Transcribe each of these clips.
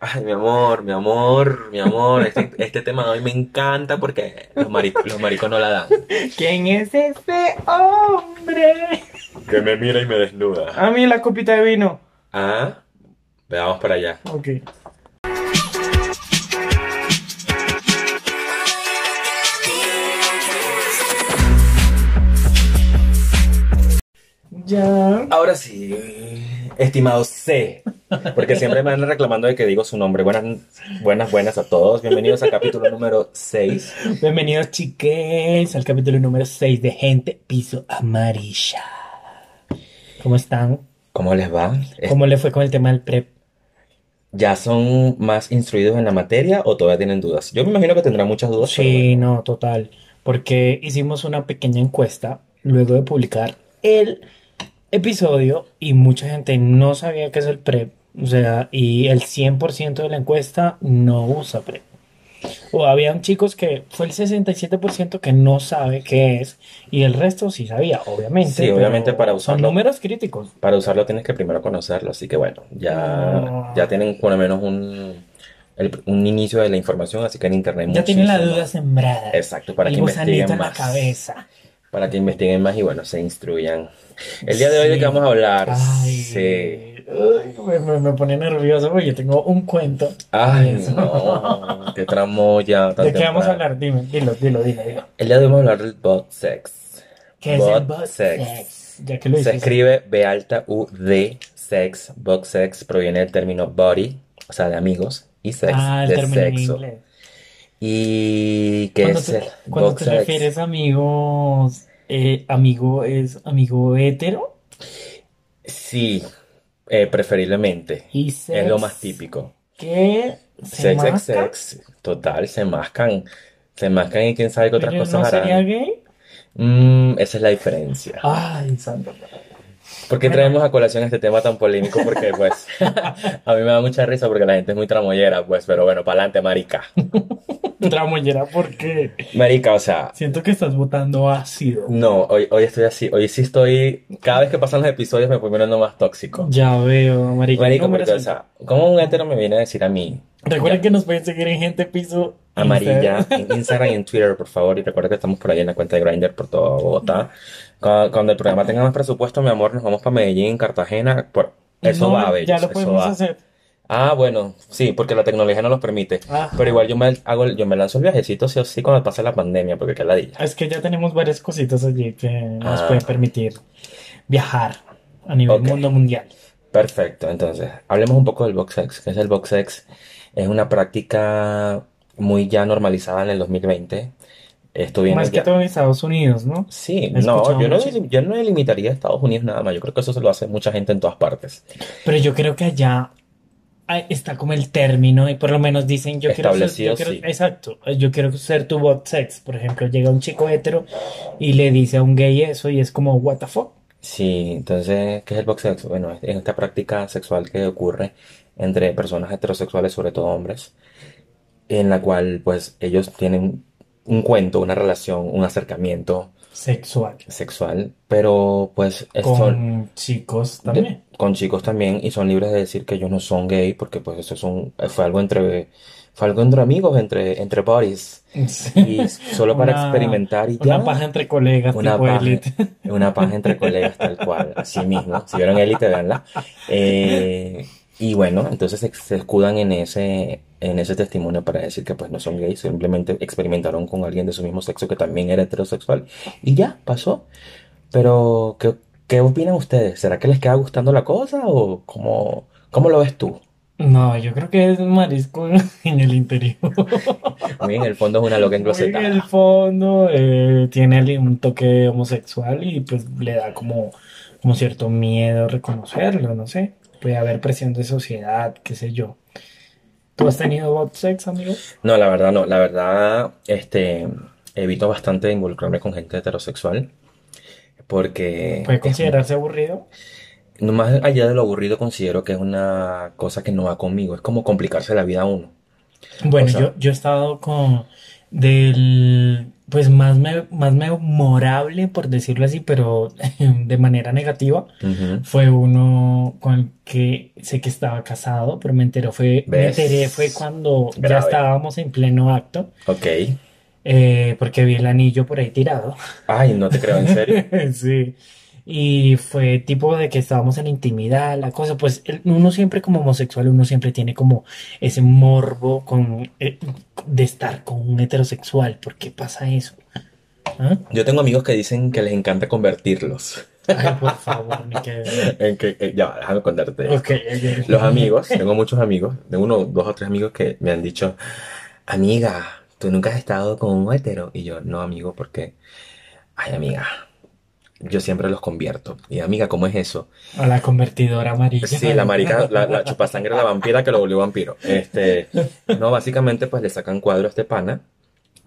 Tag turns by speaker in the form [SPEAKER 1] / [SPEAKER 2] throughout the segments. [SPEAKER 1] Ay, mi amor, mi amor, mi amor, este, este tema de hoy me encanta porque los, mari- los maricos no la dan.
[SPEAKER 2] ¿Quién es ese hombre?
[SPEAKER 1] Que me mira y me desnuda.
[SPEAKER 2] A mí la copita de vino.
[SPEAKER 1] Ah, veamos para allá.
[SPEAKER 2] Ok. Ya.
[SPEAKER 1] Ahora sí, estimado C, porque siempre me andan reclamando de que digo su nombre. Buenas, buenas, buenas a todos. Bienvenidos al capítulo número 6.
[SPEAKER 2] Bienvenidos chiques al capítulo número 6 de Gente Piso Amarilla. ¿Cómo están?
[SPEAKER 1] ¿Cómo les va? Eh,
[SPEAKER 2] ¿Cómo le fue con el tema del prep?
[SPEAKER 1] ¿Ya son más instruidos en la materia o todavía tienen dudas? Yo me imagino que tendrán muchas dudas. pero
[SPEAKER 2] Sí, no, total. Porque hicimos una pequeña encuesta luego de publicar el episodio y mucha gente no sabía qué es el PREP. O sea, y el 100% de la encuesta no usa PREP. O habían chicos que fue el 67% que no sabe qué es y el resto sí sabía, obviamente.
[SPEAKER 1] Sí, obviamente
[SPEAKER 2] pero
[SPEAKER 1] para
[SPEAKER 2] son
[SPEAKER 1] usarlo.
[SPEAKER 2] números críticos.
[SPEAKER 1] Para usarlo tienes que primero conocerlo, así que bueno, ya,
[SPEAKER 2] Ah.
[SPEAKER 1] ya tienen por lo menos un, el- un inicio de la información, así que en internet
[SPEAKER 2] Ya tienen la
[SPEAKER 1] muchísimo.
[SPEAKER 2] duda sembrada,
[SPEAKER 1] Exacto, para
[SPEAKER 2] el
[SPEAKER 1] que
[SPEAKER 2] gusanito
[SPEAKER 1] investiguen
[SPEAKER 2] en la
[SPEAKER 1] más.
[SPEAKER 2] cabeza.
[SPEAKER 1] Para que investiguen más y bueno, se instruyan. El día de hoy de
[SPEAKER 2] Sí.
[SPEAKER 1] qué vamos a hablar.
[SPEAKER 2] Ay,
[SPEAKER 1] Sí.
[SPEAKER 2] ay, me, me- me pone nervioso porque yo tengo un cuento.
[SPEAKER 1] Ay,
[SPEAKER 2] Eso.
[SPEAKER 1] no, qué tramoya tan
[SPEAKER 2] ¿De qué vamos a
[SPEAKER 1] temprano.
[SPEAKER 2] hablar? Dime, dilo, dilo, dilo. dilo.
[SPEAKER 1] El día de hoy vamos a hablar del bot sex.
[SPEAKER 2] ¿Qué es el butt sex? Ya que lo
[SPEAKER 1] Se
[SPEAKER 2] dices.
[SPEAKER 1] escribe B alta U D sex. Bot sex proviene del término body, o sea, de amigos, y sex,
[SPEAKER 2] Ah, el
[SPEAKER 1] de
[SPEAKER 2] término en
[SPEAKER 1] sexo.
[SPEAKER 2] inglés.
[SPEAKER 1] ¿Y qué
[SPEAKER 2] Cuando
[SPEAKER 1] es
[SPEAKER 2] te,
[SPEAKER 1] el
[SPEAKER 2] cuando
[SPEAKER 1] bot
[SPEAKER 2] te
[SPEAKER 1] sex?
[SPEAKER 2] refieres a amigos, eh, amigo es amigo hétero
[SPEAKER 1] Sí, eh, preferiblemente.
[SPEAKER 2] y
[SPEAKER 1] Es lo
[SPEAKER 2] sex
[SPEAKER 1] más típico.
[SPEAKER 2] que se
[SPEAKER 1] Sex, sex,
[SPEAKER 2] masca,
[SPEAKER 1] sex. Total, se mascan. Se mascan y quién sabe qué otras
[SPEAKER 2] pero
[SPEAKER 1] cosas
[SPEAKER 2] no sería
[SPEAKER 1] harán.
[SPEAKER 2] gay.
[SPEAKER 1] Mm, esa es la diferencia.
[SPEAKER 2] Ay, santo.
[SPEAKER 1] ¿Por qué
[SPEAKER 2] Bueno.
[SPEAKER 1] traemos a colación este tema tan polémico? Porque, pues, a mí me da mucha risa porque la gente es muy tramoyera, pues, pero bueno, para adelante, marica.
[SPEAKER 2] Tramoyera, porque
[SPEAKER 1] Marica, o sea,
[SPEAKER 2] siento que estás botando ácido.
[SPEAKER 1] no, hoy, hoy estoy así, hoy sí estoy, cada vez que pasan los episodios me voy poniendo más tóxico.
[SPEAKER 2] Ya veo, marica.
[SPEAKER 1] Marico,
[SPEAKER 2] no me
[SPEAKER 1] porque, o
[SPEAKER 2] resulta.
[SPEAKER 1] sea, ¿cómo un hétero me viene a decir a mí,
[SPEAKER 2] Recuerden que nos pueden seguir en Gente Piso
[SPEAKER 1] amarilla,
[SPEAKER 2] Instagram.
[SPEAKER 1] en Instagram y en Twitter, por favor? Y recuerda que estamos por ahí en la cuenta de Grindr por toda Bogotá. Cu- Cuando el programa tenga más presupuesto, mi amor, nos vamos para Medellín, Cartagena, por... Eso
[SPEAKER 2] No,
[SPEAKER 1] va,
[SPEAKER 2] ya
[SPEAKER 1] bellos,
[SPEAKER 2] lo
[SPEAKER 1] eso
[SPEAKER 2] podemos
[SPEAKER 1] va.
[SPEAKER 2] hacer.
[SPEAKER 1] Ah, bueno, sí, porque la tecnología no los permite.
[SPEAKER 2] Ajá.
[SPEAKER 1] Pero igual yo me hago, el- yo me lanzo el viajecito sí o sí cuando pase la pandemia, porque qué ladilla.
[SPEAKER 2] Es que ya tenemos varias cositas allí que nos
[SPEAKER 1] Ah.
[SPEAKER 2] pueden permitir viajar a nivel
[SPEAKER 1] Ok.
[SPEAKER 2] mundo mundial.
[SPEAKER 1] Perfecto, entonces, hablemos un poco del box sex. ¿Qué es el box sex? Es una práctica muy ya normalizada en el 2020. Esto viene
[SPEAKER 2] Más que
[SPEAKER 1] ya-
[SPEAKER 2] todo en Estados Unidos, ¿no?
[SPEAKER 1] Sí,
[SPEAKER 2] He
[SPEAKER 1] no,
[SPEAKER 2] escuchado
[SPEAKER 1] yo no,
[SPEAKER 2] mucho.
[SPEAKER 1] yo no limitaría a Estados Unidos nada más. Yo creo que eso se lo hace mucha gente en todas partes.
[SPEAKER 2] Pero yo creo que allá ah, está como el término y por lo menos dicen yo quiero ser- yo
[SPEAKER 1] Establecido,
[SPEAKER 2] quiero-
[SPEAKER 1] sí.
[SPEAKER 2] exacto, eh, yo quiero ser tu bot sex. Por ejemplo, llega un chico hetero y le dice a un gay eso y es como what the fuck.
[SPEAKER 1] Sí, entonces, ¿qué es el box sex? Bueno, es es esta práctica sexual que ocurre entre personas heterosexuales, sobre todo hombres, en la cual pues ellos tienen un cuento, una relación, un acercamiento
[SPEAKER 2] Sexual.
[SPEAKER 1] sexual, pero pues es- son
[SPEAKER 2] Con chicos
[SPEAKER 1] de-
[SPEAKER 2] también.
[SPEAKER 1] con chicos también y son libres de decir que ellos no son gay porque pues eso son, fue algo entre, fue algo entre amigos, entre, entre buddies y solo para
[SPEAKER 2] Una-
[SPEAKER 1] experimentar y
[SPEAKER 2] Una
[SPEAKER 1] ya.
[SPEAKER 2] paja entre colegas,
[SPEAKER 1] Una
[SPEAKER 2] tipo
[SPEAKER 1] paja,
[SPEAKER 2] élite.
[SPEAKER 1] una paja entre colegas, tal cual, así mismo. Si vieron Élite, véanla. Eh, y bueno, entonces se, se escudan en ese, en ese testimonio para decir que pues no son gays, simplemente experimentaron con alguien de su mismo sexo que también era heterosexual. Y ya, pasó. Pero, ¿qué, qué opinan ustedes? ¿Será que les queda gustando la cosa o cómo, cómo lo ves tú?
[SPEAKER 2] No, yo creo que es un marisco en el interior.
[SPEAKER 1] A mí en el fondo es una loca
[SPEAKER 2] Muy en
[SPEAKER 1] enclosetada.
[SPEAKER 2] el fondo eh, tiene el- un toque homosexual y pues le da como, como cierto miedo reconocerlo, no sé. Puede haber presión de sociedad, qué sé yo. ¿Tú has tenido bot sex, amigo?
[SPEAKER 1] No, la verdad no, la verdad, este, evito bastante involucrarme con gente heterosexual porque
[SPEAKER 2] ¿Puede
[SPEAKER 1] es-
[SPEAKER 2] considerarse aburrido?
[SPEAKER 1] no más allá de lo aburrido considero que es una cosa que no va conmigo, es como complicarse la vida a uno.
[SPEAKER 2] Bueno,
[SPEAKER 1] O sea-
[SPEAKER 2] yo, yo he estado con del pues más, me- más memorable, por decirlo así, pero de manera negativa,
[SPEAKER 1] Ujú.
[SPEAKER 2] fue uno con el que sé que estaba casado, pero me enteró fue, me
[SPEAKER 1] ¿Ves?
[SPEAKER 2] enteré fue cuando ya
[SPEAKER 1] Grave.
[SPEAKER 2] estábamos en pleno acto,
[SPEAKER 1] Ok.
[SPEAKER 2] eh, porque vi el anillo por ahí tirado.
[SPEAKER 1] Ay, no te creo, en serio.
[SPEAKER 2] Sí. Y fue tipo de que estábamos en intimidad, la cosa, pues el- uno siempre como homosexual, uno siempre tiene como ese morbo con, eh, de estar con un heterosexual. ¿Por qué pasa eso? ¿Ah?
[SPEAKER 1] Yo tengo amigos que dicen que les encanta convertirlos.
[SPEAKER 2] Ay, por favor, ni que...
[SPEAKER 1] En que, eh, ya, va, déjame contarte esto.
[SPEAKER 2] Ok, ok.
[SPEAKER 1] Los amigos, tengo muchos amigos, tengo uno, dos o tres amigos que me han dicho, amiga, tú nunca has estado con un hétero. Y yo, no, amigo, porque, ay, amiga, yo siempre los convierto. Y amiga, ¿cómo es eso?
[SPEAKER 2] A la convertidora amarilla.
[SPEAKER 1] Sí, la marica, la, la chupasangre, la vampira que lo volvió vampiro. Este, no, básicamente, pues le sacan cuadro a este pana,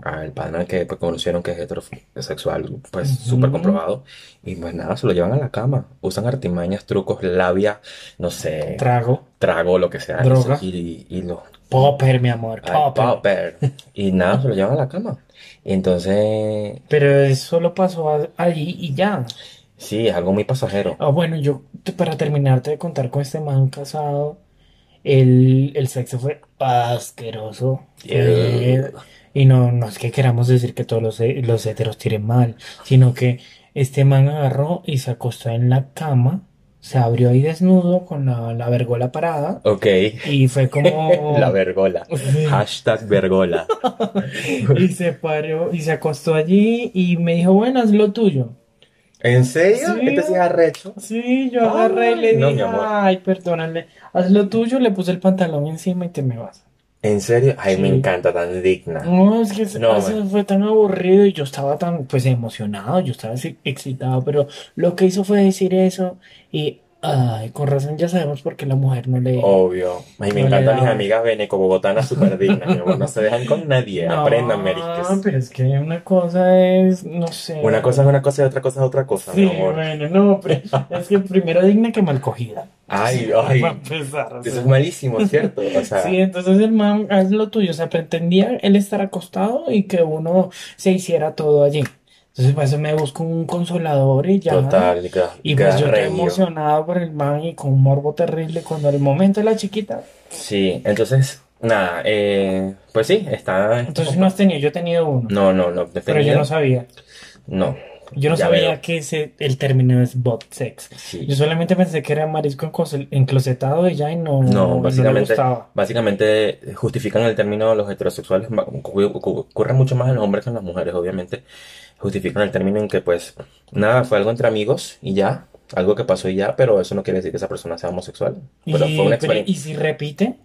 [SPEAKER 1] al pana que pues, conocieron que es heterosexual, pues
[SPEAKER 2] Ujú.
[SPEAKER 1] súper comprobado. Y pues nada, se lo llevan a la cama. Usan artimañas, trucos, labia, no sé
[SPEAKER 2] Trago.
[SPEAKER 1] trago, lo que sea,
[SPEAKER 2] Droga.
[SPEAKER 1] eso, y, y lo...
[SPEAKER 2] Popper, mi amor,
[SPEAKER 1] ay,
[SPEAKER 2] popper.
[SPEAKER 1] popper. Y nada, se lo llevan a la cama. Y entonces,
[SPEAKER 2] Pero eso lo pasó a- allí y ya.
[SPEAKER 1] sí, es algo muy pasajero.
[SPEAKER 2] Ah, bueno, yo t- para terminarte de contar con este man casado, el, el sexo fue asqueroso. fue-
[SPEAKER 1] Ew.
[SPEAKER 2] y no, no es que queramos decir que todos los, he- los heteros tiren mal, sino que este man agarró y se acostó en la cama, se abrió ahí desnudo con la, la vergola parada
[SPEAKER 1] Ok,
[SPEAKER 2] y fue como...
[SPEAKER 1] la vergola.
[SPEAKER 2] Oh. Sí.
[SPEAKER 1] Hashtag vergola.
[SPEAKER 2] Y se paró y se acostó allí y me dijo, bueno, haz lo tuyo.
[SPEAKER 1] ¿En serio?
[SPEAKER 2] Sí.
[SPEAKER 1] ¿Este sí es arrecho?
[SPEAKER 2] Sí, yo agarré y le
[SPEAKER 1] Ay, no,
[SPEAKER 2] dije,
[SPEAKER 1] mi amor.
[SPEAKER 2] ay, perdónale, haz lo tuyo, le puse el pantalón encima y te me vas.
[SPEAKER 1] ¿En serio? Ay, me
[SPEAKER 2] Sí.
[SPEAKER 1] encanta, tan digna.
[SPEAKER 2] No, es que se-
[SPEAKER 1] No,
[SPEAKER 2] eso
[SPEAKER 1] man.
[SPEAKER 2] fue tan aburrido y yo estaba tan, pues, emocionado, yo estaba así excitado, pero lo que hizo fue decir eso y, ay, con razón ya sabemos por qué la mujer no le...
[SPEAKER 1] Oh, Obvio. Ay, me
[SPEAKER 2] No le
[SPEAKER 1] encantan mis
[SPEAKER 2] daba.
[SPEAKER 1] amigas veneco-bogotanas súper dignas, mi amor. No se dejan con nadie.
[SPEAKER 2] No,
[SPEAKER 1] Aprendan, Meriches.
[SPEAKER 2] pero es que una cosa es, no sé.
[SPEAKER 1] Una cosa es una cosa y otra cosa es otra cosa,
[SPEAKER 2] Sí,
[SPEAKER 1] mi amor.
[SPEAKER 2] bueno, no, pero es que primero digna que mal cogida.
[SPEAKER 1] Ay,
[SPEAKER 2] Para
[SPEAKER 1] ay.
[SPEAKER 2] empezar, o
[SPEAKER 1] Eso
[SPEAKER 2] sea.
[SPEAKER 1] es malísimo, ¿cierto? O sea,
[SPEAKER 2] Sí, entonces el man haz lo tuyo, o sea, pretendía él estar acostado y que uno se hiciera todo allí. Entonces, para eso me busco un consolador y ya.
[SPEAKER 1] Total, gra-
[SPEAKER 2] Y pues yo estoy
[SPEAKER 1] garreño.
[SPEAKER 2] emocionado por el man y con un morbo terrible cuando al momento de la chiquita.
[SPEAKER 1] Sí, entonces, nada, eh, pues sí, está.
[SPEAKER 2] Entonces no has tenido, yo he tenido uno,
[SPEAKER 1] No, no, no,
[SPEAKER 2] pero yo no
[SPEAKER 1] definido.
[SPEAKER 2] sabía.
[SPEAKER 1] No,
[SPEAKER 2] Yo no
[SPEAKER 1] Ya
[SPEAKER 2] sabía
[SPEAKER 1] veo.
[SPEAKER 2] que ese, el término es bot sex.
[SPEAKER 1] sí.
[SPEAKER 2] Yo solamente pensé que era marisco encose- enclosetado y ya y no, no
[SPEAKER 1] No,
[SPEAKER 2] le
[SPEAKER 1] básicamente,
[SPEAKER 2] gustaba.
[SPEAKER 1] básicamente justifican el término de los heterosexuales, ma- ocu- ocu- ocurre mucho más en los hombres que en las mujeres, obviamente. Justifican el término en que, pues, nada, fue algo entre amigos y ya, algo que pasó y ya, pero eso no quiere decir que esa persona sea homosexual. Pero
[SPEAKER 2] Y,
[SPEAKER 1] fue una
[SPEAKER 2] pero-
[SPEAKER 1] experiencia.
[SPEAKER 2] y si repite,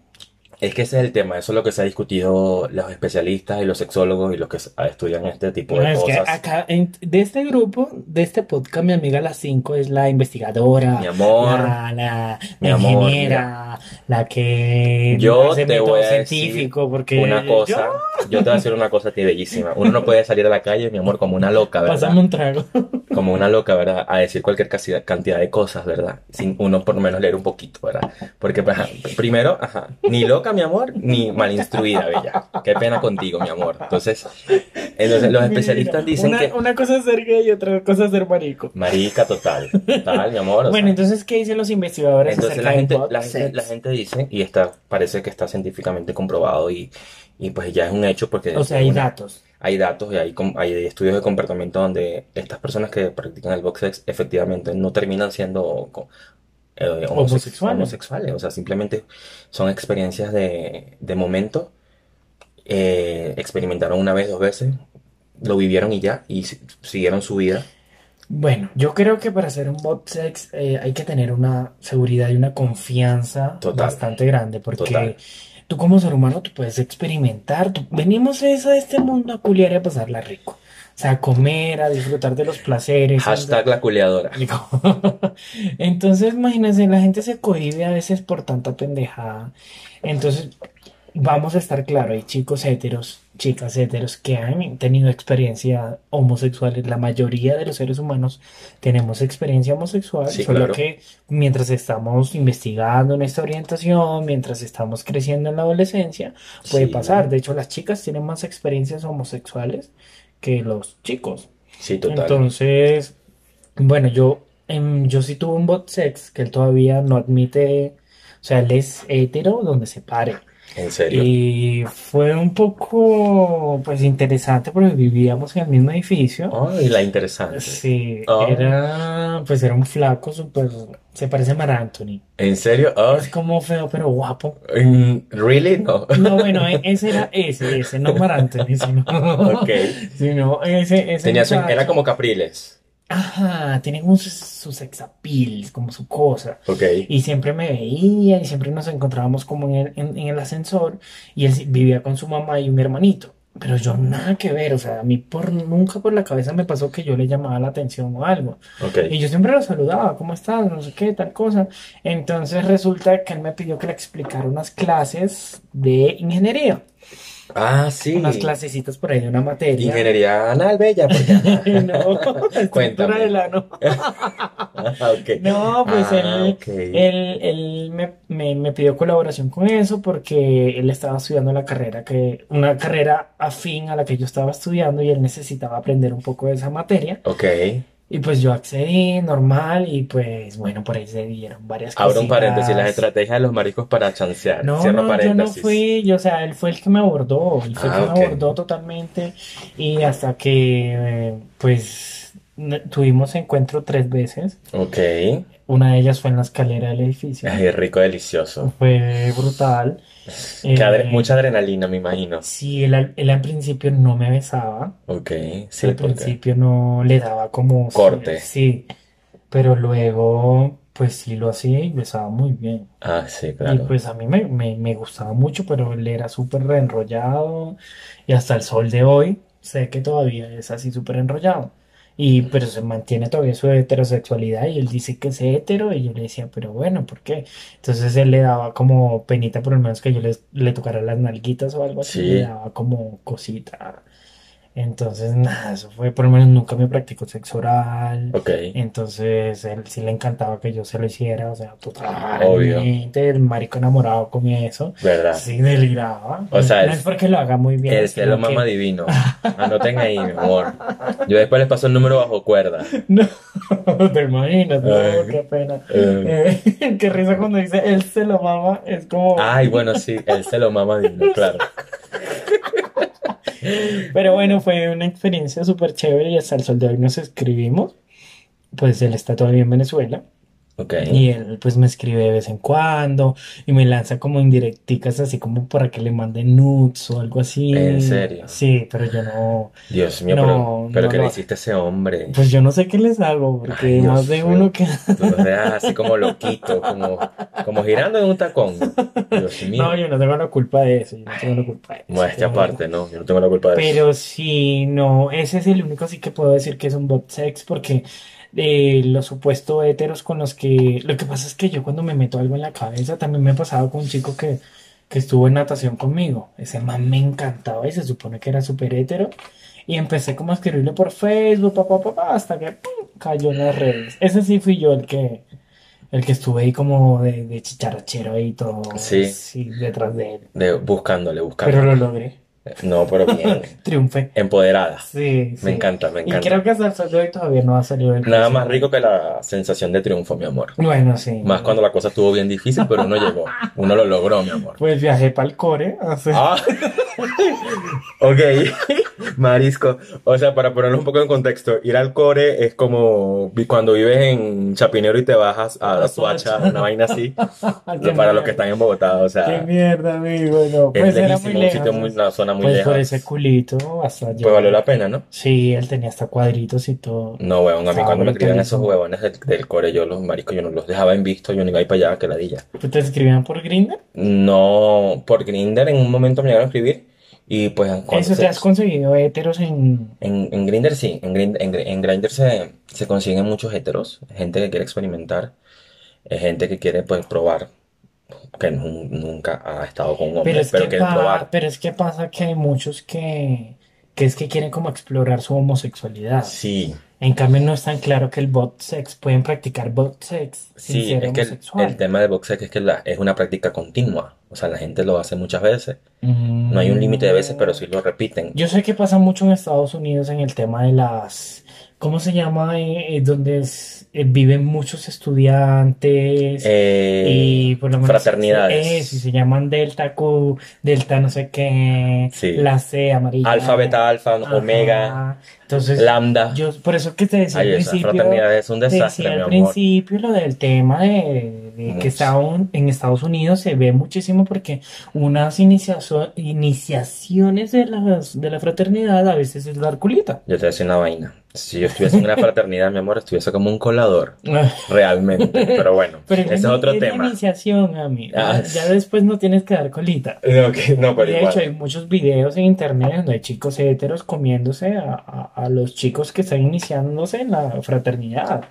[SPEAKER 1] Es que ese es el tema, eso es lo que se ha discutido los especialistas y los sexólogos y los que s- estudian este tipo
[SPEAKER 2] No,
[SPEAKER 1] de
[SPEAKER 2] es que
[SPEAKER 1] cosas.
[SPEAKER 2] acá, en- de este grupo, de este podcast, mi amiga la 5 es la investigadora,
[SPEAKER 1] Mi amor,
[SPEAKER 2] la, la,
[SPEAKER 1] mi
[SPEAKER 2] la
[SPEAKER 1] amor,
[SPEAKER 2] ingeniera, la que
[SPEAKER 1] Yo
[SPEAKER 2] hace
[SPEAKER 1] te
[SPEAKER 2] método
[SPEAKER 1] voy a decir
[SPEAKER 2] científico, porque
[SPEAKER 1] una cosa,
[SPEAKER 2] yo
[SPEAKER 1] yo... te voy a decir una cosa a ti bellísima. Uno no puede salir a la calle, mi amor, como una loca, ¿verdad?
[SPEAKER 2] pásame un trago.
[SPEAKER 1] Como una loca, ¿verdad? A decir cualquier casi- cantidad de cosas, ¿verdad? Sin uno por lo menos leer un poquito, ¿verdad? Porque, pues, ajá, primero, ajá, ni loca, mi amor, ni mal instruida, bella. Qué pena contigo, mi amor. Entonces, entonces los especialistas
[SPEAKER 2] Mira,
[SPEAKER 1] dicen
[SPEAKER 2] una,
[SPEAKER 1] que...
[SPEAKER 2] una cosa es ser gay y otra cosa es ser marico.
[SPEAKER 1] Marica total, total, mi amor. o
[SPEAKER 2] Bueno,
[SPEAKER 1] sea.
[SPEAKER 2] entonces, ¿qué dicen los investigadores
[SPEAKER 1] Entonces
[SPEAKER 2] acerca
[SPEAKER 1] la
[SPEAKER 2] del
[SPEAKER 1] gente,
[SPEAKER 2] butt
[SPEAKER 1] la gente,
[SPEAKER 2] sex?
[SPEAKER 1] la gente dice, y está, parece que está científicamente comprobado y, y pues ya es un hecho porque
[SPEAKER 2] O sea, hay
[SPEAKER 1] bueno,
[SPEAKER 2] datos.
[SPEAKER 1] hay datos y hay, com- hay estudios de comportamiento donde estas personas que practican el box sex efectivamente no terminan siendo co- eh, homose-
[SPEAKER 2] Homosexuales.
[SPEAKER 1] homosexuales. O sea, simplemente son experiencias de, de momento. eh, experimentaron una vez, dos veces, lo vivieron y ya, y si- siguieron su vida.
[SPEAKER 2] Bueno, yo creo que para hacer un bot sex eh, hay que tener una seguridad y una confianza
[SPEAKER 1] Total.
[SPEAKER 2] bastante grande, porque
[SPEAKER 1] Total.
[SPEAKER 2] tú como ser humano tú puedes experimentar, tú- venimos es a este mundo a culiar y a pasarla rico, o sea, a comer, a disfrutar de los placeres.
[SPEAKER 1] Hashtag la culeadora.
[SPEAKER 2] Digo, Entonces, imagínense, la gente se cohíbe a veces por tanta pendejada. Entonces, vamos a estar claro, hay chicos heteros, chicas heteros que han tenido experiencia homosexual. La mayoría de los seres humanos tenemos experiencia homosexual,
[SPEAKER 1] Sí,
[SPEAKER 2] solo
[SPEAKER 1] claro.
[SPEAKER 2] que mientras estamos investigando nuestra orientación, mientras estamos creciendo en la adolescencia, puede
[SPEAKER 1] Sí.
[SPEAKER 2] pasar. De hecho, las chicas tienen más experiencias homosexuales que los chicos.
[SPEAKER 1] Sí, total.
[SPEAKER 2] Entonces, bueno, yo, em, yo sí tuve un bot sex que él todavía no admite, o sea, él es hetero donde se pare.
[SPEAKER 1] En serio.
[SPEAKER 2] Y fue un poco, pues, interesante porque vivíamos en el mismo edificio.
[SPEAKER 1] Ay, la interesante.
[SPEAKER 2] Sí,
[SPEAKER 1] Ah.
[SPEAKER 2] era, pues era un flaco súper, se parece a Mar Anthony.
[SPEAKER 1] ¿En serio? Ah,
[SPEAKER 2] Es como feo, pero guapo.
[SPEAKER 1] mm, ¿really? No.
[SPEAKER 2] No, bueno, e- ese era ese, ese, no Mar Anthony, sino,
[SPEAKER 1] Ok.
[SPEAKER 2] sino ese, ese
[SPEAKER 1] Tenía su- era
[SPEAKER 2] muchacho.
[SPEAKER 1] como Capriles.
[SPEAKER 2] Ajá, tiene como su, su sex appeal, como su cosa.
[SPEAKER 1] Ok.
[SPEAKER 2] Y siempre me veía y siempre nos encontrábamos como en el, en- en el ascensor y él sí- vivía con su mamá y un hermanito. Pero yo nada que ver, o sea, a mí por, nunca por la cabeza me pasó que yo le llamaba la atención o algo.
[SPEAKER 1] Ok.
[SPEAKER 2] Y yo siempre lo saludaba, ¿cómo estás? No sé qué, tal cosa. Entonces resulta que él me pidió que le explicara unas clases de ingeniería,
[SPEAKER 1] Ah, sí.
[SPEAKER 2] unas clasecitas por ahí de una materia.
[SPEAKER 1] Ingeniería anal bella, porque.
[SPEAKER 2] No, estructura
[SPEAKER 1] Cuéntame.
[SPEAKER 2] del ano.
[SPEAKER 1] Ah, ok.
[SPEAKER 2] No, pues
[SPEAKER 1] Ah,
[SPEAKER 2] él,
[SPEAKER 1] ok.
[SPEAKER 2] él, él me, me- me pidió colaboración con eso porque él estaba estudiando la carrera que, una carrera afín a la que yo estaba estudiando y él necesitaba aprender un poco de esa materia.
[SPEAKER 1] Ok.
[SPEAKER 2] Y pues yo accedí normal y pues bueno, por ahí se dieron varias
[SPEAKER 1] Abro un paréntesis. Las
[SPEAKER 2] cositas.
[SPEAKER 1] estrategias de los maricos para chancear.
[SPEAKER 2] No,
[SPEAKER 1] Cierro
[SPEAKER 2] no, yo no
[SPEAKER 1] paréntesis.
[SPEAKER 2] fui, yo, o sea, él fue el que me abordó, él fue el
[SPEAKER 1] Ah,
[SPEAKER 2] que me
[SPEAKER 1] ok.
[SPEAKER 2] abordó totalmente y hasta que eh, pues n- tuvimos encuentro tres veces.
[SPEAKER 1] Ok.
[SPEAKER 2] Una de ellas fue en la escalera del edificio.
[SPEAKER 1] Ay, rico, delicioso.
[SPEAKER 2] Fue brutal.
[SPEAKER 1] Que adre-
[SPEAKER 2] Eh,
[SPEAKER 1] mucha adrenalina, me imagino.
[SPEAKER 2] Sí, él al, él al principio no me besaba.
[SPEAKER 1] Ok. Sí,
[SPEAKER 2] Al
[SPEAKER 1] porque.
[SPEAKER 2] principio no le daba como...
[SPEAKER 1] Corte.
[SPEAKER 2] Sí. Pero luego, pues sí lo hacía y besaba muy bien.
[SPEAKER 1] Ah, sí,
[SPEAKER 2] Y
[SPEAKER 1] claro.
[SPEAKER 2] pues a mí me, me- me gustaba mucho, pero él era súper enrollado. Y hasta el sol de hoy, sé que todavía es así súper enrollado. Y pero se mantiene todavía su heterosexualidad y él dice que es hetero y yo le decía, pero bueno, ¿por qué? Entonces él le daba como penita por lo menos que yo le, le tocara las nalguitas o algo así,
[SPEAKER 1] Sí.
[SPEAKER 2] le daba como cosita. Entonces, nada, eso fue, por lo menos nunca me practicó sexo oral.
[SPEAKER 1] Ok.
[SPEAKER 2] Entonces, él sí le encantaba que yo se lo hiciera, o sea,
[SPEAKER 1] Obvio.
[SPEAKER 2] totalmente el marico enamorado con eso.
[SPEAKER 1] ¿Verdad? Este
[SPEAKER 2] Sí, deliraba.
[SPEAKER 1] O sea,
[SPEAKER 2] no
[SPEAKER 1] es-
[SPEAKER 2] es porque lo haga muy bien,
[SPEAKER 1] El celo
[SPEAKER 2] sino que-
[SPEAKER 1] mama divino. Anoten ahí, mi amor. Yo después les paso el número bajo cuerda.
[SPEAKER 2] No, te imaginas, no,
[SPEAKER 1] Ay.
[SPEAKER 2] qué pena.
[SPEAKER 1] Eh,
[SPEAKER 2] Eh, qué risa cuando dice él se lo mama, es como.
[SPEAKER 1] Ay, bueno, sí, este el celo mama divino, claro.
[SPEAKER 2] Pero bueno, fue una experiencia súper chévere y hasta el sol de hoy nos escribimos. Pues él está todavía en Venezuela.
[SPEAKER 1] Ok.
[SPEAKER 2] Y él pues me escribe de vez en cuando y me lanza como indirecticas así como para que le mande nudes o algo así.
[SPEAKER 1] ¿En serio?
[SPEAKER 2] Sí, pero yo no,
[SPEAKER 1] Dios mío,
[SPEAKER 2] No,
[SPEAKER 1] pero, pero
[SPEAKER 2] no
[SPEAKER 1] ¿qué
[SPEAKER 2] lo
[SPEAKER 1] le
[SPEAKER 2] hace.
[SPEAKER 1] hiciste a ese hombre?
[SPEAKER 2] pues yo no sé qué les hago porque
[SPEAKER 1] Ay, Dios
[SPEAKER 2] más de
[SPEAKER 1] mío.
[SPEAKER 2] uno que...
[SPEAKER 1] Tú lo dejas así como loquito, como, como girando en un tacón. Dios mío.
[SPEAKER 2] No, yo no tengo la culpa de eso, yo no tengo la culpa de eso,
[SPEAKER 1] Muestra
[SPEAKER 2] la verdad.
[SPEAKER 1] aparte, no, yo no tengo la culpa de eso.
[SPEAKER 2] Pero si no, ese es el único sí que puedo decir que es un bot sex porque eh, los supuestos heteros con los que... Lo que pasa es que yo cuando me meto algo en la cabeza también me ha pasado con un chico que, que estuvo en natación conmigo. Ese man me encantaba y se supone que era súper hetero. Y empecé como a escribirle por Facebook, papá, papá, hasta que pum, cayó en las redes. Ese sí fui yo el que... El que estuve ahí como de, de chicharachero y todo,
[SPEAKER 1] Sí.
[SPEAKER 2] sí, detrás de él.
[SPEAKER 1] De, buscándole, buscándole.
[SPEAKER 2] Pero lo logré,
[SPEAKER 1] No, pero bien.
[SPEAKER 2] triunfé.
[SPEAKER 1] Empoderada.
[SPEAKER 2] Sí,
[SPEAKER 1] Me
[SPEAKER 2] sí.
[SPEAKER 1] encanta, me
[SPEAKER 2] Y
[SPEAKER 1] encanta.
[SPEAKER 2] creo que hasta el sol de hoy todavía no ha salido del
[SPEAKER 1] Nada más
[SPEAKER 2] closet.
[SPEAKER 1] rico que la sensación de triunfo, mi amor.
[SPEAKER 2] Bueno, sí.
[SPEAKER 1] Más cuando la cosa estuvo bien difícil, pero uno llegó. Uno lo logró, mi amor.
[SPEAKER 2] Pues viajé para el core. o sea,
[SPEAKER 1] Ah. Ok, marisco. O sea, para ponerlo un poco en contexto, ir al core es como vi- cuando vives en Chapinero y te bajas a la Suacha, una vaina así,
[SPEAKER 2] qué
[SPEAKER 1] Ah, para los
[SPEAKER 2] mierda.
[SPEAKER 1] que están en Bogotá. O
[SPEAKER 2] Qué
[SPEAKER 1] sea,
[SPEAKER 2] mierda, amigo. No,
[SPEAKER 1] es
[SPEAKER 2] pues era muy
[SPEAKER 1] lejísimo, un sitio
[SPEAKER 2] lejos.
[SPEAKER 1] muy, una zona muy
[SPEAKER 2] Pues por
[SPEAKER 1] lejos.
[SPEAKER 2] ese culito hasta allá.
[SPEAKER 1] Pues valió la pena, ¿no?
[SPEAKER 2] Sí, él tenía hasta cuadritos y todo.
[SPEAKER 1] No, huevón, a mí
[SPEAKER 2] Ah,
[SPEAKER 1] cuando me escribían esos
[SPEAKER 2] brutalísimo.
[SPEAKER 1] huevones del, del core, yo los mariscos, yo no los dejaba en visto, yo no iba a ir para allá, que ladilla.
[SPEAKER 2] ¿Tú Pues te escribían por Grindr?
[SPEAKER 1] No, por Grindr en un momento me llegaron a escribir y pues cuando
[SPEAKER 2] Eso,
[SPEAKER 1] se-
[SPEAKER 2] te has conseguido héteros en...
[SPEAKER 1] en, en Grindr sí, en Grindr, en, Gr- en Grindr se, se consiguen muchos heteros, gente que quiere experimentar, eh, gente que quiere pues probar, que nu- nunca ha estado con un hombre,
[SPEAKER 2] Pero es
[SPEAKER 1] pero
[SPEAKER 2] que
[SPEAKER 1] quiere
[SPEAKER 2] pa-
[SPEAKER 1] probar.
[SPEAKER 2] pero es que pasa que hay muchos que... que es que quieren como explorar su homosexualidad.
[SPEAKER 1] Sí,
[SPEAKER 2] En cambio, no es tan claro que el bot sex pueden practicar bot sex sin
[SPEAKER 1] sí,
[SPEAKER 2] ser
[SPEAKER 1] es que el,
[SPEAKER 2] homosexual.
[SPEAKER 1] el tema de boxeo es que la- es una práctica continua, o sea, la gente lo hace muchas veces.
[SPEAKER 2] Mm,
[SPEAKER 1] No hay un límite de veces, pero sí lo repiten.
[SPEAKER 2] Yo sé que pasa mucho en Estados Unidos en el tema de las, ¿cómo se llama? Eh, eh, donde es- eh, viven muchos estudiantes
[SPEAKER 1] Eh,
[SPEAKER 2] y por lo menos
[SPEAKER 1] fraternidades.
[SPEAKER 2] eh, si se llaman Delta Q, Delta no sé qué,
[SPEAKER 1] Sí.
[SPEAKER 2] la C amarilla,
[SPEAKER 1] Alfa, beta, alfa,
[SPEAKER 2] Ajá.
[SPEAKER 1] omega,
[SPEAKER 2] Entonces,
[SPEAKER 1] lambda.
[SPEAKER 2] yo por eso que te decía al
[SPEAKER 1] Ay, esa
[SPEAKER 2] principio,
[SPEAKER 1] fraternidad es un
[SPEAKER 2] te
[SPEAKER 1] desastre,
[SPEAKER 2] decía al
[SPEAKER 1] mi amor.
[SPEAKER 2] principio lo del tema de, de que
[SPEAKER 1] Mucho.
[SPEAKER 2] está un- en Estados Unidos se ve muchísimo porque unas iniciazo- iniciaciones de las de la fraternidad a veces es dar culita.
[SPEAKER 1] Yo te voy a decir una vaina. Si yo estuviese en una fraternidad, mi amor, estuviese como un colador. Realmente. Pero bueno,
[SPEAKER 2] Pero
[SPEAKER 1] ese
[SPEAKER 2] es
[SPEAKER 1] es
[SPEAKER 2] la-
[SPEAKER 1] otro
[SPEAKER 2] es la
[SPEAKER 1] tema.
[SPEAKER 2] iniciación, amigo.
[SPEAKER 1] Ah.
[SPEAKER 2] Ya después no tienes que dar colita.
[SPEAKER 1] No, que- no, pero
[SPEAKER 2] De
[SPEAKER 1] igual.
[SPEAKER 2] hecho, hay muchos videos en internet donde hay chicos heteros comiéndose a, a- a los chicos que están iniciándose en la fraternidad.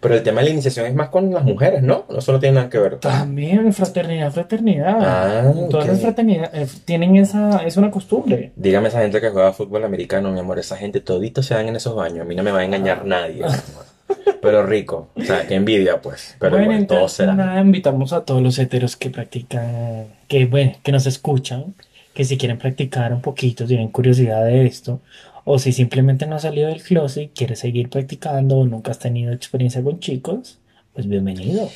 [SPEAKER 1] Pero el tema de la iniciación es más con las mujeres, ¿no? No solo tiene nada que ver.
[SPEAKER 2] También, fraternidad, fraternidad.
[SPEAKER 1] Ah,
[SPEAKER 2] Todas
[SPEAKER 1] ok.
[SPEAKER 2] las fraternidades eh, tienen esa, es una costumbre.
[SPEAKER 1] Dígame esa gente que juega fútbol americano, mi amor, esa gente todito se dan en esos baños, a mí no me va a
[SPEAKER 2] Ah.
[SPEAKER 1] engañar nadie, mi amor. Pero rico, o sea, qué envidia, pues, pero
[SPEAKER 2] bueno,
[SPEAKER 1] igual, todos
[SPEAKER 2] entonces,
[SPEAKER 1] serán.
[SPEAKER 2] nada, invitamos a todos los heteros que practican, que bueno, que nos escuchan, que si quieren practicar un poquito, tienen curiosidad de esto, o si simplemente no has salido del closet, quieres seguir practicando, o nunca has tenido experiencia con chicos, pues bienvenido.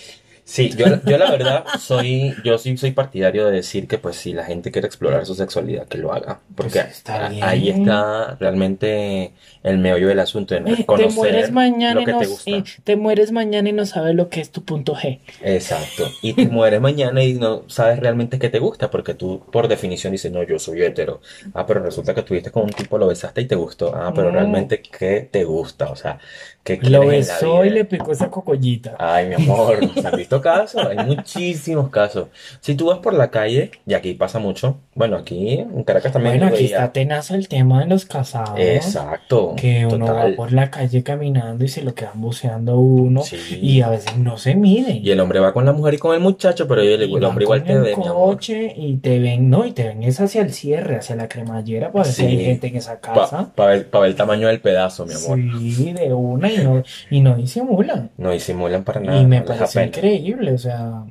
[SPEAKER 1] Sí, yo, yo la verdad soy, yo sí soy partidario de decir que pues si la gente quiere explorar su sexualidad, que lo haga, porque
[SPEAKER 2] Pues, está
[SPEAKER 1] a- ahí
[SPEAKER 2] bien.
[SPEAKER 1] está realmente el meollo del asunto, de no
[SPEAKER 2] Eh, te
[SPEAKER 1] conocer
[SPEAKER 2] mueres mañana
[SPEAKER 1] lo
[SPEAKER 2] y
[SPEAKER 1] que
[SPEAKER 2] no,
[SPEAKER 1] te
[SPEAKER 2] y
[SPEAKER 1] gusta.
[SPEAKER 2] te mueres mañana y no sabes lo que es tu punto G.
[SPEAKER 1] Exacto. Y te mueres mañana y no sabes realmente qué te gusta, porque tú por definición dices, no, yo soy hetero. Ah, pero resulta que estuviste con un tipo, lo besaste y te gustó. Ah, pero
[SPEAKER 2] Mm.
[SPEAKER 1] realmente qué te gusta, o sea, qué
[SPEAKER 2] Lo
[SPEAKER 1] quieres en la
[SPEAKER 2] besó y
[SPEAKER 1] vida? Ah,
[SPEAKER 2] le picó esa cocollita.
[SPEAKER 1] Ay, mi amor, ¿se han visto casos? Hay muchísimos casos. Si tú vas por la calle, y aquí pasa mucho, bueno, aquí en Caracas también
[SPEAKER 2] Bueno,
[SPEAKER 1] lo
[SPEAKER 2] aquí
[SPEAKER 1] veía.
[SPEAKER 2] está tenaz el tema de los casados,
[SPEAKER 1] Exacto,
[SPEAKER 2] que uno va
[SPEAKER 1] total.
[SPEAKER 2] por la calle caminando y se lo quedan buceando a uno
[SPEAKER 1] Sí.
[SPEAKER 2] y a veces no se miden.
[SPEAKER 1] Y el hombre va con la mujer y con el muchacho, pero el,
[SPEAKER 2] Y
[SPEAKER 1] el
[SPEAKER 2] van
[SPEAKER 1] hombre igual
[SPEAKER 2] con
[SPEAKER 1] te
[SPEAKER 2] el
[SPEAKER 1] ve, mi amor.
[SPEAKER 2] coche y te ven, no, y te ven es hacia el cierre, hacia la cremallera, pues a
[SPEAKER 1] Sí.
[SPEAKER 2] veces hay gente en esa
[SPEAKER 1] Para
[SPEAKER 2] casa.
[SPEAKER 1] ver, pa' ver el tamaño del pedazo, mi amor.
[SPEAKER 2] Sí, de una y no, y no disimulan.
[SPEAKER 1] No disimulan para
[SPEAKER 2] Y
[SPEAKER 1] nada,
[SPEAKER 2] me
[SPEAKER 1] no les da
[SPEAKER 2] parece
[SPEAKER 1] pena.
[SPEAKER 2] increíble, o sea,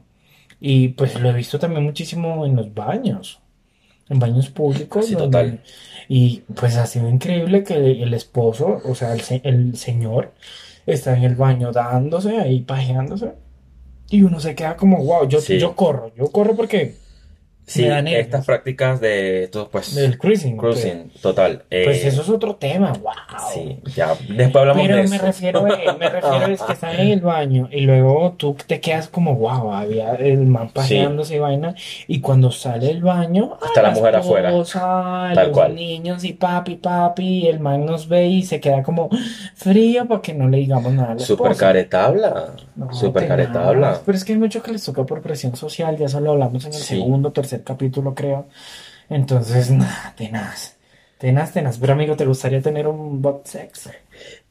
[SPEAKER 2] y pues lo he visto también muchísimo en los baños, en baños públicos,
[SPEAKER 1] Sí,
[SPEAKER 2] donde-
[SPEAKER 1] total.
[SPEAKER 2] y pues ha sido increíble que el esposo, o sea, el, se- el señor está en el baño dándose ahí, pajeándose, y uno se queda como, wow, yo,
[SPEAKER 1] Sí.
[SPEAKER 2] yo corro, yo corro porque
[SPEAKER 1] Sí,
[SPEAKER 2] Me da nervios.
[SPEAKER 1] estas prácticas de estos, pues,
[SPEAKER 2] del cruising, pues,
[SPEAKER 1] cruising, total. eh,
[SPEAKER 2] pues eso es otro tema, wow.
[SPEAKER 1] sí, ya, después hablamos
[SPEAKER 2] Pero
[SPEAKER 1] de
[SPEAKER 2] me
[SPEAKER 1] eso.
[SPEAKER 2] refiero, eh, me refiero es que están en el baño y luego tú te quedas como wow, había el man paseándose y vaina y cuando sale del baño
[SPEAKER 1] Está
[SPEAKER 2] ah,
[SPEAKER 1] la mujer afuera.
[SPEAKER 2] esposa,
[SPEAKER 1] Tal
[SPEAKER 2] los
[SPEAKER 1] cual.
[SPEAKER 2] niños y papi, papi, y el man nos ve y se queda como frío porque no le digamos nada a la
[SPEAKER 1] Super
[SPEAKER 2] esposa.
[SPEAKER 1] caretabla,
[SPEAKER 2] No,
[SPEAKER 1] super
[SPEAKER 2] tenaz.
[SPEAKER 1] caretabla.
[SPEAKER 2] Pero es que hay mucho que les toca por presión social, ya eso lo hablamos en el
[SPEAKER 1] Sí.
[SPEAKER 2] segundo, tercer capítulo, creo. Entonces, nada, tenaz. Tenaz, tenaz. Pero amigo, ¿te gustaría tener un bot sex?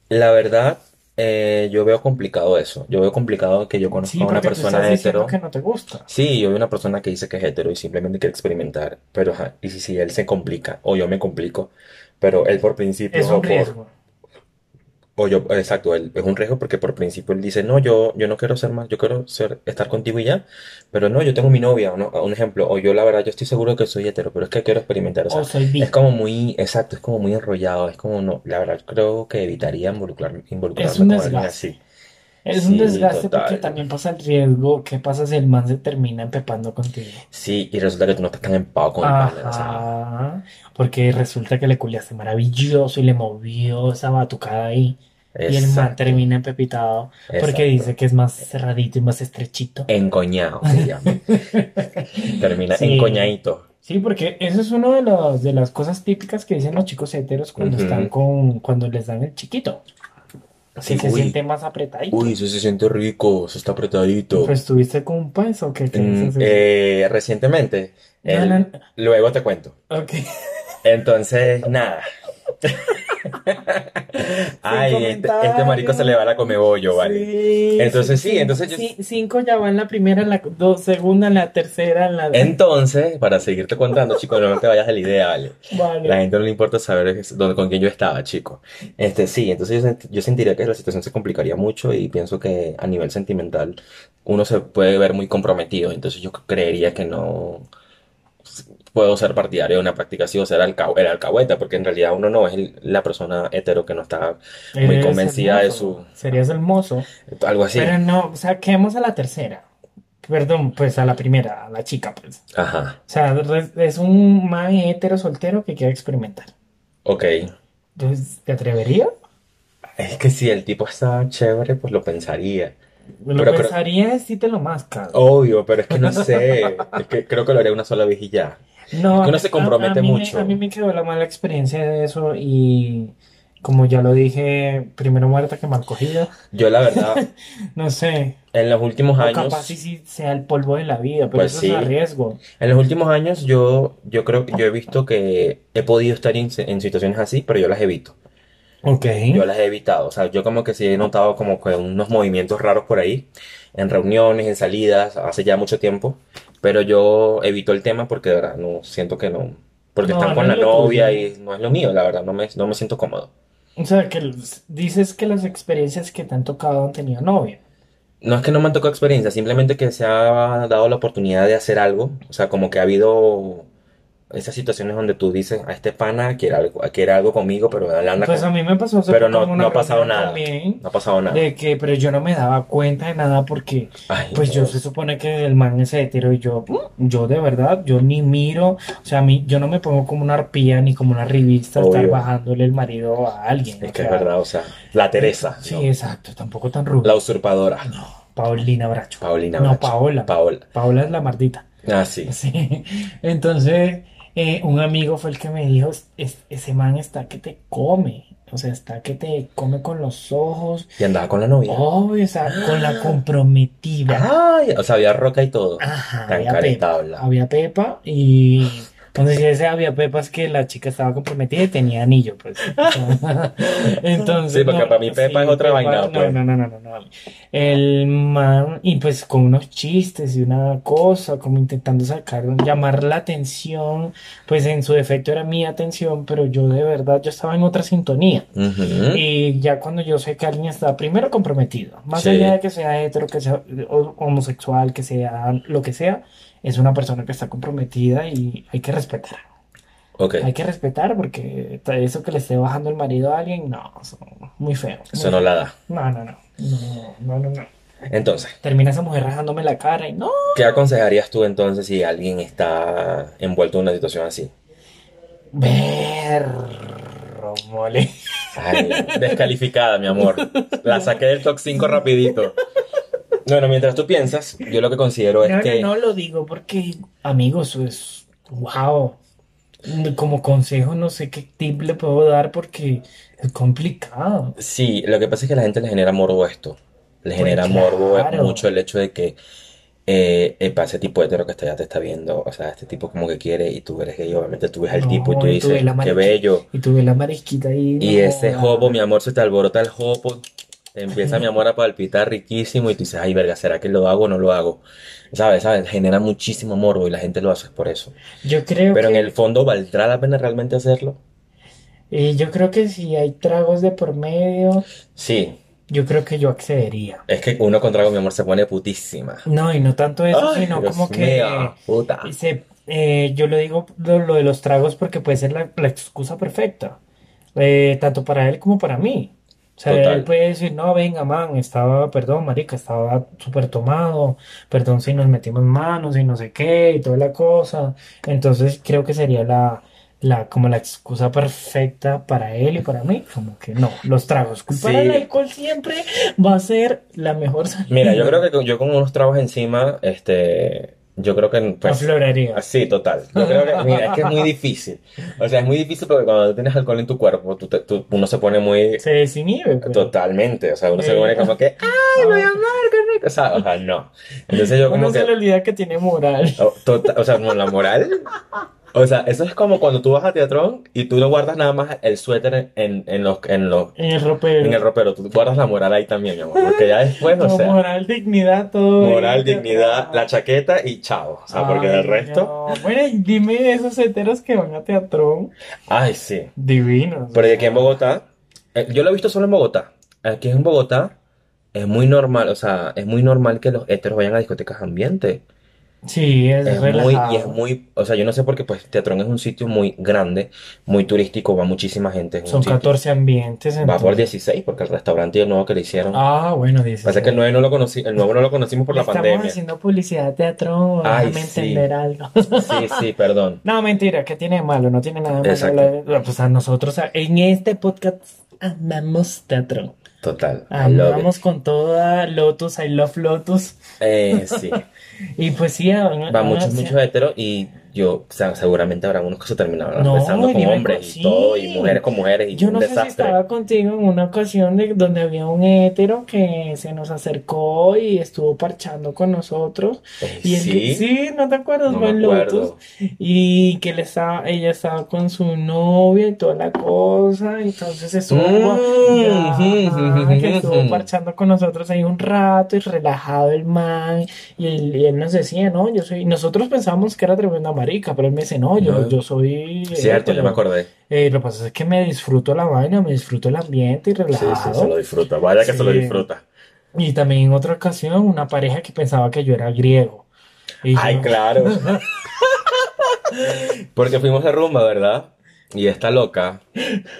[SPEAKER 1] La verdad, eh, yo veo complicado eso. Yo veo complicado que yo conozca
[SPEAKER 2] Sí,
[SPEAKER 1] a una
[SPEAKER 2] porque tú
[SPEAKER 1] persona
[SPEAKER 2] estás diciendo
[SPEAKER 1] hetero.
[SPEAKER 2] que no te gusta.
[SPEAKER 1] Sí, yo veo una persona que dice que es hetero y simplemente quiere experimentar. Pero, ajá, y si, si él se complica, o yo me complico, pero él por principio
[SPEAKER 2] Es
[SPEAKER 1] o
[SPEAKER 2] un
[SPEAKER 1] por,
[SPEAKER 2] riesgo.
[SPEAKER 1] O yo, exacto, él, es un riesgo porque por principio él dice, no, yo, yo no quiero ser más, yo quiero ser, estar contigo y ya, pero no, yo tengo mi novia, ¿no? Un ejemplo, o yo la verdad, yo estoy seguro de que soy hetero, pero es que quiero experimentar, o sea,
[SPEAKER 2] O soy bi.
[SPEAKER 1] es como muy, exacto, es como muy enrollado, es como, no, la verdad creo que evitaría involucrar,
[SPEAKER 2] Es
[SPEAKER 1] involucrarme
[SPEAKER 2] un
[SPEAKER 1] con alguien
[SPEAKER 2] desgaste.
[SPEAKER 1] así.
[SPEAKER 2] Es un
[SPEAKER 1] Sí,
[SPEAKER 2] desgaste porque
[SPEAKER 1] total.
[SPEAKER 2] también pasa el riesgo. ¿Qué pasa si el man se termina empepando contigo?
[SPEAKER 1] Sí, y resulta que tú no estás tan empapado con el pana, o sea,
[SPEAKER 2] Ajá. Porque resulta que le culiaste maravilloso y le movió esa batucada ahí. Y el man
[SPEAKER 1] exacto,
[SPEAKER 2] termina empepitado porque
[SPEAKER 1] exacto.
[SPEAKER 2] dice que es más cerradito y más estrechito.
[SPEAKER 1] Encoñado se llama, termina
[SPEAKER 2] Sí.
[SPEAKER 1] encoñadito.
[SPEAKER 2] Sí, porque eso es una de las, de las cosas típicas que dicen los chicos heteros cuando
[SPEAKER 1] Ujú.
[SPEAKER 2] están con, cuando les dan el chiquito,
[SPEAKER 1] Sí,
[SPEAKER 2] que se
[SPEAKER 1] uy,
[SPEAKER 2] siente más apretadito.
[SPEAKER 1] uy, eso se siente rico, eso está apretadito.
[SPEAKER 2] Pues tuviste con un pez o qué, qué
[SPEAKER 1] Mm,
[SPEAKER 2] dices?
[SPEAKER 1] eh, recientemente,
[SPEAKER 2] No,
[SPEAKER 1] el-
[SPEAKER 2] no, no.
[SPEAKER 1] luego te cuento.
[SPEAKER 2] Ok.
[SPEAKER 1] Entonces, nada. Ay, este, este marico se le va la comebollo, vale.
[SPEAKER 2] Sí,
[SPEAKER 1] Entonces, sí, entonces yo-
[SPEAKER 2] sí, cinco ya van la primera, la do- segunda, la tercera, la
[SPEAKER 1] Entonces, para seguirte contando, chico, no te vayas de la idea, vale.
[SPEAKER 2] Vale.
[SPEAKER 1] La gente no le importa saber es- dónde- con quién yo estaba, chico. Este, sí, entonces yo, sent- yo sentiría que la situación se complicaría mucho y pienso que a nivel sentimental uno se puede ver muy comprometido, entonces yo creería que no, puedo ser partidario de una práctica así o ser alca- el alcahueta, porque en realidad uno no es el- la persona hetero que no está muy
[SPEAKER 2] Eres
[SPEAKER 1] convencida de
[SPEAKER 2] hermoso.
[SPEAKER 1] su...
[SPEAKER 2] Serías hermoso.
[SPEAKER 1] Algo así.
[SPEAKER 2] Pero no, saquemos a la tercera. Perdón, pues a la primera, a la chica, pues.
[SPEAKER 1] Ajá,
[SPEAKER 2] O sea, re- es un man hetero soltero que quiere experimentar.
[SPEAKER 1] ok.
[SPEAKER 2] Entonces, ¿te atreverías?
[SPEAKER 1] Es que si el tipo estaba chévere, pues lo pensaría.
[SPEAKER 2] Lo
[SPEAKER 1] Pero creo-
[SPEAKER 2] pensarías si te lo mascas.
[SPEAKER 1] Obvio, pero es que no sé. Es que creo que lo haré una sola vez y ya.
[SPEAKER 2] No,
[SPEAKER 1] que uno
[SPEAKER 2] a-
[SPEAKER 1] se
[SPEAKER 2] a-
[SPEAKER 1] compromete
[SPEAKER 2] a mí me-
[SPEAKER 1] mucho.
[SPEAKER 2] a mí me quedó la mala experiencia de eso y como ya lo dije, primero muerta que mal cogida.
[SPEAKER 1] Yo, la verdad,
[SPEAKER 2] No sé,
[SPEAKER 1] en los últimos
[SPEAKER 2] o
[SPEAKER 1] años,
[SPEAKER 2] capaz sí, sí sea el polvo de la vida, pero
[SPEAKER 1] Pues
[SPEAKER 2] eso
[SPEAKER 1] sí.
[SPEAKER 2] es un riesgo.
[SPEAKER 1] en los últimos años, yo, yo creo que yo he visto que he podido estar en, en situaciones así, pero yo las evito.
[SPEAKER 2] Ok.
[SPEAKER 1] Yo las he evitado. O sea, yo como que sí he notado como que unos movimientos raros por ahí, en reuniones, en salidas, hace ya mucho tiempo. Pero yo evito el tema porque de verdad no siento que no. Porque
[SPEAKER 2] No,
[SPEAKER 1] están
[SPEAKER 2] no
[SPEAKER 1] con
[SPEAKER 2] es
[SPEAKER 1] la
[SPEAKER 2] lo
[SPEAKER 1] novia
[SPEAKER 2] tuyo.
[SPEAKER 1] y no es lo mío, la verdad, no me, no me siento cómodo.
[SPEAKER 2] O sea, que los- dices que las experiencias que te han tocado han tenido novia.
[SPEAKER 1] No es que no me han tocado experiencia, simplemente que se ha dado la oportunidad de hacer algo. O sea, como que ha habido esas situaciones donde tú dices, a este pana quiere algo, quiere algo conmigo, pero él anda
[SPEAKER 2] Pues
[SPEAKER 1] con-
[SPEAKER 2] a mí me pasó hace
[SPEAKER 1] Pero
[SPEAKER 2] poco
[SPEAKER 1] no,
[SPEAKER 2] en una
[SPEAKER 1] no ha pasado
[SPEAKER 2] reunión
[SPEAKER 1] nada.
[SPEAKER 2] también,
[SPEAKER 1] No ha pasado nada.
[SPEAKER 2] de que, pero yo no me daba cuenta de nada porque,
[SPEAKER 1] Ay,
[SPEAKER 2] pues yo
[SPEAKER 1] no.
[SPEAKER 2] se supone que el man es hetero y yo, mm, yo de verdad, yo ni miro, o sea, a mí, yo no me pongo como una arpía ni como una revista a estar
[SPEAKER 1] Obvio.
[SPEAKER 2] bajándole el marido a alguien.
[SPEAKER 1] Es
[SPEAKER 2] o
[SPEAKER 1] que es
[SPEAKER 2] sea,
[SPEAKER 1] verdad, o sea, la Teresa,
[SPEAKER 2] Sí,
[SPEAKER 1] ¿no?
[SPEAKER 2] exacto, tampoco tan rubio.
[SPEAKER 1] La usurpadora,
[SPEAKER 2] Paulina Bracho.
[SPEAKER 1] Paulina
[SPEAKER 2] No,
[SPEAKER 1] Bracho.
[SPEAKER 2] Paola.
[SPEAKER 1] Paola.
[SPEAKER 2] Paola es la mardita.
[SPEAKER 1] Ah, sí.
[SPEAKER 2] Sí. Entonces, eh, un amigo fue el que me dijo, "Es- ese man está que te come, o sea, está que te come con los ojos,
[SPEAKER 1] Y andaba con la novia.
[SPEAKER 2] obvio, o sea, con la comprometida.
[SPEAKER 1] Ay, o sea, había roca y todo.
[SPEAKER 2] Ajá,
[SPEAKER 1] Tan
[SPEAKER 2] había Pepa,
[SPEAKER 1] caretabla.
[SPEAKER 2] había Pepa y... Entonces, ese había Pepa es que la chica estaba comprometida y tenía anillo, pues. Entonces,
[SPEAKER 1] Sí, porque para mí Pepa es otra vaina,
[SPEAKER 2] No,
[SPEAKER 1] pues.
[SPEAKER 2] no, no, no, no, no. El man, y pues con unos chistes y una cosa, como intentando sacar, llamar la atención, pues en su defecto era mi atención, pero yo de verdad, yo estaba en otra sintonía.
[SPEAKER 1] Ujú.
[SPEAKER 2] Y ya cuando yo sé que alguien está primero comprometido, más
[SPEAKER 1] Sí.
[SPEAKER 2] allá de que sea hetero, que sea o- homosexual, que sea lo que sea, es una persona que está comprometida y hay que respetar.
[SPEAKER 1] Ok,
[SPEAKER 2] Hay que respetar porque eso que le esté bajando el marido a alguien, no, eso- muy feo. muy
[SPEAKER 1] eso no la da.
[SPEAKER 2] no, no, no. No, no, no, no.
[SPEAKER 1] Entonces,
[SPEAKER 2] Termina esa mujer rajándome la cara y no.
[SPEAKER 1] ¿qué aconsejarías tú entonces si alguien está envuelto en una situación así?
[SPEAKER 2] Ver. Mole.
[SPEAKER 1] Ay, descalificada, mi amor. La saqué del top 5 rapidito. Bueno, mientras tú piensas, yo lo que considero es
[SPEAKER 2] No,
[SPEAKER 1] que...
[SPEAKER 2] no, no lo digo porque, amigos, eso es. ¡Wow! Como consejo, no sé qué tip le puedo dar porque es complicado.
[SPEAKER 1] Sí, lo que pasa es que a la gente le genera morbo esto. Le
[SPEAKER 2] Pues
[SPEAKER 1] genera morbo
[SPEAKER 2] claro.
[SPEAKER 1] mucho el hecho de que eh, epa, ese tipo hetero que está allá te está viendo, o sea, este tipo como que quiere y tú eres gay, obviamente tú ves al tipo y
[SPEAKER 2] No,
[SPEAKER 1] tú
[SPEAKER 2] y tú ves
[SPEAKER 1] dices,
[SPEAKER 2] la
[SPEAKER 1] qué
[SPEAKER 2] mariqui-
[SPEAKER 1] bello.
[SPEAKER 2] Y tuve la mariquita ahí.
[SPEAKER 1] Y
[SPEAKER 2] no
[SPEAKER 1] ese
[SPEAKER 2] joda.
[SPEAKER 1] jopo, mi amor, se te alborota el jopo, te empieza, mi amor, a palpitar riquísimo y tú dices, ay, verga, ¿será que lo hago o no lo hago? ¿Sabes? ¿Sabes? Genera muchísimo morbo y la gente lo hace por eso.
[SPEAKER 2] Yo creo
[SPEAKER 1] Pero en
[SPEAKER 2] que,
[SPEAKER 1] el fondo, ¿valdrá la pena realmente hacerlo?
[SPEAKER 2] eh, yo creo que si hay tragos de por medio,
[SPEAKER 1] Sí,
[SPEAKER 2] yo creo que yo accedería.
[SPEAKER 1] es que uno con trago, mi amor, se pone putísima.
[SPEAKER 2] No, y no tanto eso,
[SPEAKER 1] Ay,
[SPEAKER 2] sino
[SPEAKER 1] Dios
[SPEAKER 2] como que
[SPEAKER 1] mío, puta.
[SPEAKER 2] se- eh, yo lo digo lo, lo de los tragos porque puede ser la, la excusa perfecta, eh, tanto para él como para mí. O sea,
[SPEAKER 1] Total.
[SPEAKER 2] él puede decir, no, venga, man, estaba, perdón, marica, estaba súper tomado, perdón si nos metimos manos y no sé qué y toda la cosa. Entonces creo que sería la, la, como la excusa perfecta para él y para mí, como que no, los tragos. Culpar
[SPEAKER 1] Sí.
[SPEAKER 2] al alcohol siempre va a ser la mejor
[SPEAKER 1] Mira, yo
[SPEAKER 2] salida.
[SPEAKER 1] creo que con- yo con unos tragos encima, este, yo creo que pues,
[SPEAKER 2] Afloraría.
[SPEAKER 1] así, total. Yo creo que, mira, es que es muy difícil. O sea, es muy difícil porque cuando tienes alcohol en tu cuerpo, tú te- tú- uno se pone muy,
[SPEAKER 2] Se desinhibe, pues.
[SPEAKER 1] totalmente, o sea, uno se
[SPEAKER 2] Sí.
[SPEAKER 1] pone como que, ay, voy a amar, qué rico, o sea, o sea, no. Entonces yo
[SPEAKER 2] Uno
[SPEAKER 1] como
[SPEAKER 2] se le
[SPEAKER 1] que,
[SPEAKER 2] olvida que tiene moral.
[SPEAKER 1] o, tota- o sea, con la moral, o sea, eso es como cuando tú vas a teatrón y tú no guardas nada más el suéter en, en los, en los,
[SPEAKER 2] En el ropero.
[SPEAKER 1] en el ropero, tú guardas la moral ahí también, mi amor, porque ya después, o
[SPEAKER 2] No,
[SPEAKER 1] sea.
[SPEAKER 2] moral, dignidad, todo.
[SPEAKER 1] Moral,
[SPEAKER 2] bien.
[SPEAKER 1] dignidad, la chaqueta y chao. O sea, porque
[SPEAKER 2] Ay,
[SPEAKER 1] del resto.
[SPEAKER 2] no. Bueno, y dime de esos heteros que van a teatrón.
[SPEAKER 1] Ay, sí.
[SPEAKER 2] Divinos.
[SPEAKER 1] Pero
[SPEAKER 2] o
[SPEAKER 1] de
[SPEAKER 2] sea.
[SPEAKER 1] aquí en Bogotá. eh, yo lo he visto solo en Bogotá. Aquí en Bogotá es muy normal, o sea, es muy normal que los heteros vayan a discotecas ambiente.
[SPEAKER 2] Sí, es
[SPEAKER 1] Es muy, y es
[SPEAKER 2] relajado.
[SPEAKER 1] muy, o sea, yo no sé por qué, pues Teatrón es un sitio muy grande, muy turístico, va muchísima gente, es un
[SPEAKER 2] Son
[SPEAKER 1] sitio.
[SPEAKER 2] 14 ambientes,
[SPEAKER 1] Va por
[SPEAKER 2] entonces.
[SPEAKER 1] 16, porque el restaurante y el nuevo que le hicieron.
[SPEAKER 2] Ah, bueno,
[SPEAKER 1] Pasa que el
[SPEAKER 2] 16.
[SPEAKER 1] 9 no lo conocí, el nuevo no lo conocimos por
[SPEAKER 2] Le
[SPEAKER 1] la
[SPEAKER 2] estamos
[SPEAKER 1] pandemia.
[SPEAKER 2] haciendo publicidad de teatro,
[SPEAKER 1] Ay,
[SPEAKER 2] déjame
[SPEAKER 1] sí,
[SPEAKER 2] entender algo.
[SPEAKER 1] sí, sí, perdón.
[SPEAKER 2] No, mentira, ¿qué tiene de malo? No tiene nada de malo.
[SPEAKER 1] Exacto,
[SPEAKER 2] hablar- no, Pues a nosotros, a- en este podcast, amamos teatro.
[SPEAKER 1] total,
[SPEAKER 2] Ah,
[SPEAKER 1] I love it.
[SPEAKER 2] Amamos con toda Lotus, I love Lotus.
[SPEAKER 1] Eh, sí,
[SPEAKER 2] Y pues sí, a- a-
[SPEAKER 1] va
[SPEAKER 2] a-
[SPEAKER 1] muchos,
[SPEAKER 2] sí.
[SPEAKER 1] muchos heteros y yo, o sea, seguramente habrá unos que se terminaron besando
[SPEAKER 2] No,
[SPEAKER 1] con
[SPEAKER 2] dime,
[SPEAKER 1] hombres y todo, y
[SPEAKER 2] sí.
[SPEAKER 1] mujeres con mujeres, y
[SPEAKER 2] Yo
[SPEAKER 1] un
[SPEAKER 2] no sé si
[SPEAKER 1] desastre.
[SPEAKER 2] estaba contigo en una ocasión de, donde había un hétero que se nos acercó y estuvo parchando con nosotros.
[SPEAKER 1] Eh,
[SPEAKER 2] Y el que,
[SPEAKER 1] sí,
[SPEAKER 2] sí, no te acuerdas,
[SPEAKER 1] no
[SPEAKER 2] fue
[SPEAKER 1] me
[SPEAKER 2] en Lotus.
[SPEAKER 1] acuerdo.
[SPEAKER 2] Y que él estaba, ella estaba con su novia y toda la cosa. Entonces
[SPEAKER 1] Mm,
[SPEAKER 2] estuvo, ajá, que estuvo
[SPEAKER 1] ujú,
[SPEAKER 2] parchando con nosotros ahí un rato y relajado el man. Y él, y él nos decía, no, yo soy. Nosotros pensábamos que era tremenda marica, pero él me dice, no, yo,
[SPEAKER 1] No,
[SPEAKER 2] yo soy
[SPEAKER 1] cierto, ya me
[SPEAKER 2] hétero.
[SPEAKER 1] acordé.
[SPEAKER 2] Eh, lo que pasa es que me disfruto la vaina, me disfruto el ambiente y
[SPEAKER 1] Sí, sí, se lo
[SPEAKER 2] relajado.
[SPEAKER 1] disfruta. Vaya que se lo
[SPEAKER 2] Sí.
[SPEAKER 1] disfruta.
[SPEAKER 2] Y también en otra ocasión, una pareja que pensaba que yo era griego. Y
[SPEAKER 1] Ay,
[SPEAKER 2] yo,
[SPEAKER 1] claro. Porque fuimos de rumba, ¿verdad? Y esta loca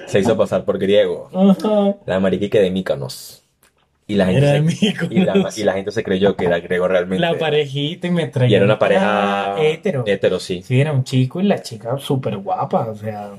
[SPEAKER 1] se hizo pasar por griego.
[SPEAKER 2] ajá,
[SPEAKER 1] La mariquique de Mícanos. Y la gente
[SPEAKER 2] era de
[SPEAKER 1] se, y la,
[SPEAKER 2] Mykonos.
[SPEAKER 1] y la gente se creyó que era griego
[SPEAKER 2] La
[SPEAKER 1] realmente.
[SPEAKER 2] parejita y me traía
[SPEAKER 1] Y era una
[SPEAKER 2] Ah,
[SPEAKER 1] pareja
[SPEAKER 2] hétero.
[SPEAKER 1] hetero, sí.
[SPEAKER 2] Sí, era un chico y la chica súper guapa, o sea.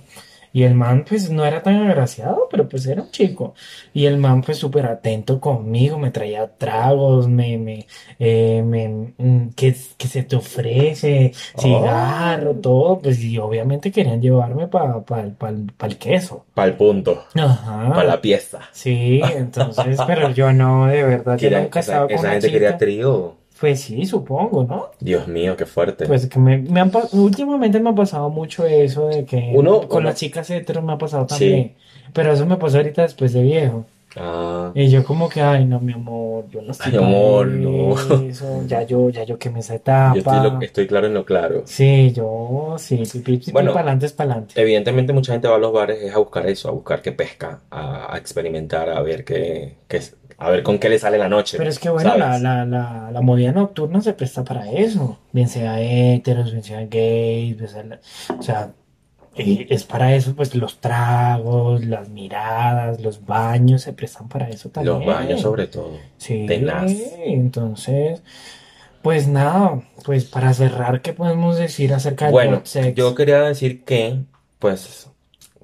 [SPEAKER 2] Y el man, pues no era tan agraciado, pero pues era un chico. Y el man, pues súper atento conmigo, me traía tragos, me, me, eh, me, mm, ¿qué, qué se te ofrece? Cigarro,
[SPEAKER 1] Oh,
[SPEAKER 2] todo. Pues y obviamente querían llevarme para el queso.
[SPEAKER 1] pa'l punto, pa'
[SPEAKER 2] Ajá.
[SPEAKER 1] la pieza.
[SPEAKER 2] Sí, entonces, pero yo no, de verdad, yo
[SPEAKER 1] Quería-
[SPEAKER 2] nunca
[SPEAKER 1] esa,
[SPEAKER 2] estaba con
[SPEAKER 1] esa
[SPEAKER 2] una
[SPEAKER 1] gente quería
[SPEAKER 2] chica.
[SPEAKER 1] trío.
[SPEAKER 2] Pues sí, supongo, ¿no?
[SPEAKER 1] Dios mío, qué fuerte.
[SPEAKER 2] Pues que me, me han pa- últimamente me ha pasado mucho eso de que
[SPEAKER 1] Uno,
[SPEAKER 2] con
[SPEAKER 1] uno,
[SPEAKER 2] las chicas heteros me ha pasado
[SPEAKER 1] sí.
[SPEAKER 2] también. Pero eso me pasó ahorita después de viejo.
[SPEAKER 1] Ah,
[SPEAKER 2] Y yo como que, ay, no, mi amor, yo no estoy
[SPEAKER 1] ay,
[SPEAKER 2] para
[SPEAKER 1] amor, no.
[SPEAKER 2] eso. Ya yo, ya yo quemé esa
[SPEAKER 1] Yo estoy, lo-
[SPEAKER 2] etapa.
[SPEAKER 1] estoy claro en lo claro.
[SPEAKER 2] Sí, yo, sí, pipi, pipi,
[SPEAKER 1] Bueno,
[SPEAKER 2] para adelante es para adelante.
[SPEAKER 1] Evidentemente mucha gente va a los bares es a buscar eso, a buscar qué pesca, a, a experimentar, a ver qué, qué- a ver con qué le sale la noche,
[SPEAKER 2] Pero es que bueno, la,
[SPEAKER 1] ¿sabes?
[SPEAKER 2] la, la, la movida nocturna se presta para eso. Bien sea héteros, bien sea gays, bien sea la- o sea, eh, es para eso, pues los tragos, las miradas, los baños se prestan para eso
[SPEAKER 1] Los baños
[SPEAKER 2] también.
[SPEAKER 1] sobre todo,
[SPEAKER 2] Sí,
[SPEAKER 1] tenaz.
[SPEAKER 2] entonces, pues nada, pues para cerrar, ¿qué podemos decir acerca del
[SPEAKER 1] Bueno,
[SPEAKER 2] road
[SPEAKER 1] yo
[SPEAKER 2] sex?
[SPEAKER 1] quería decir que, pues,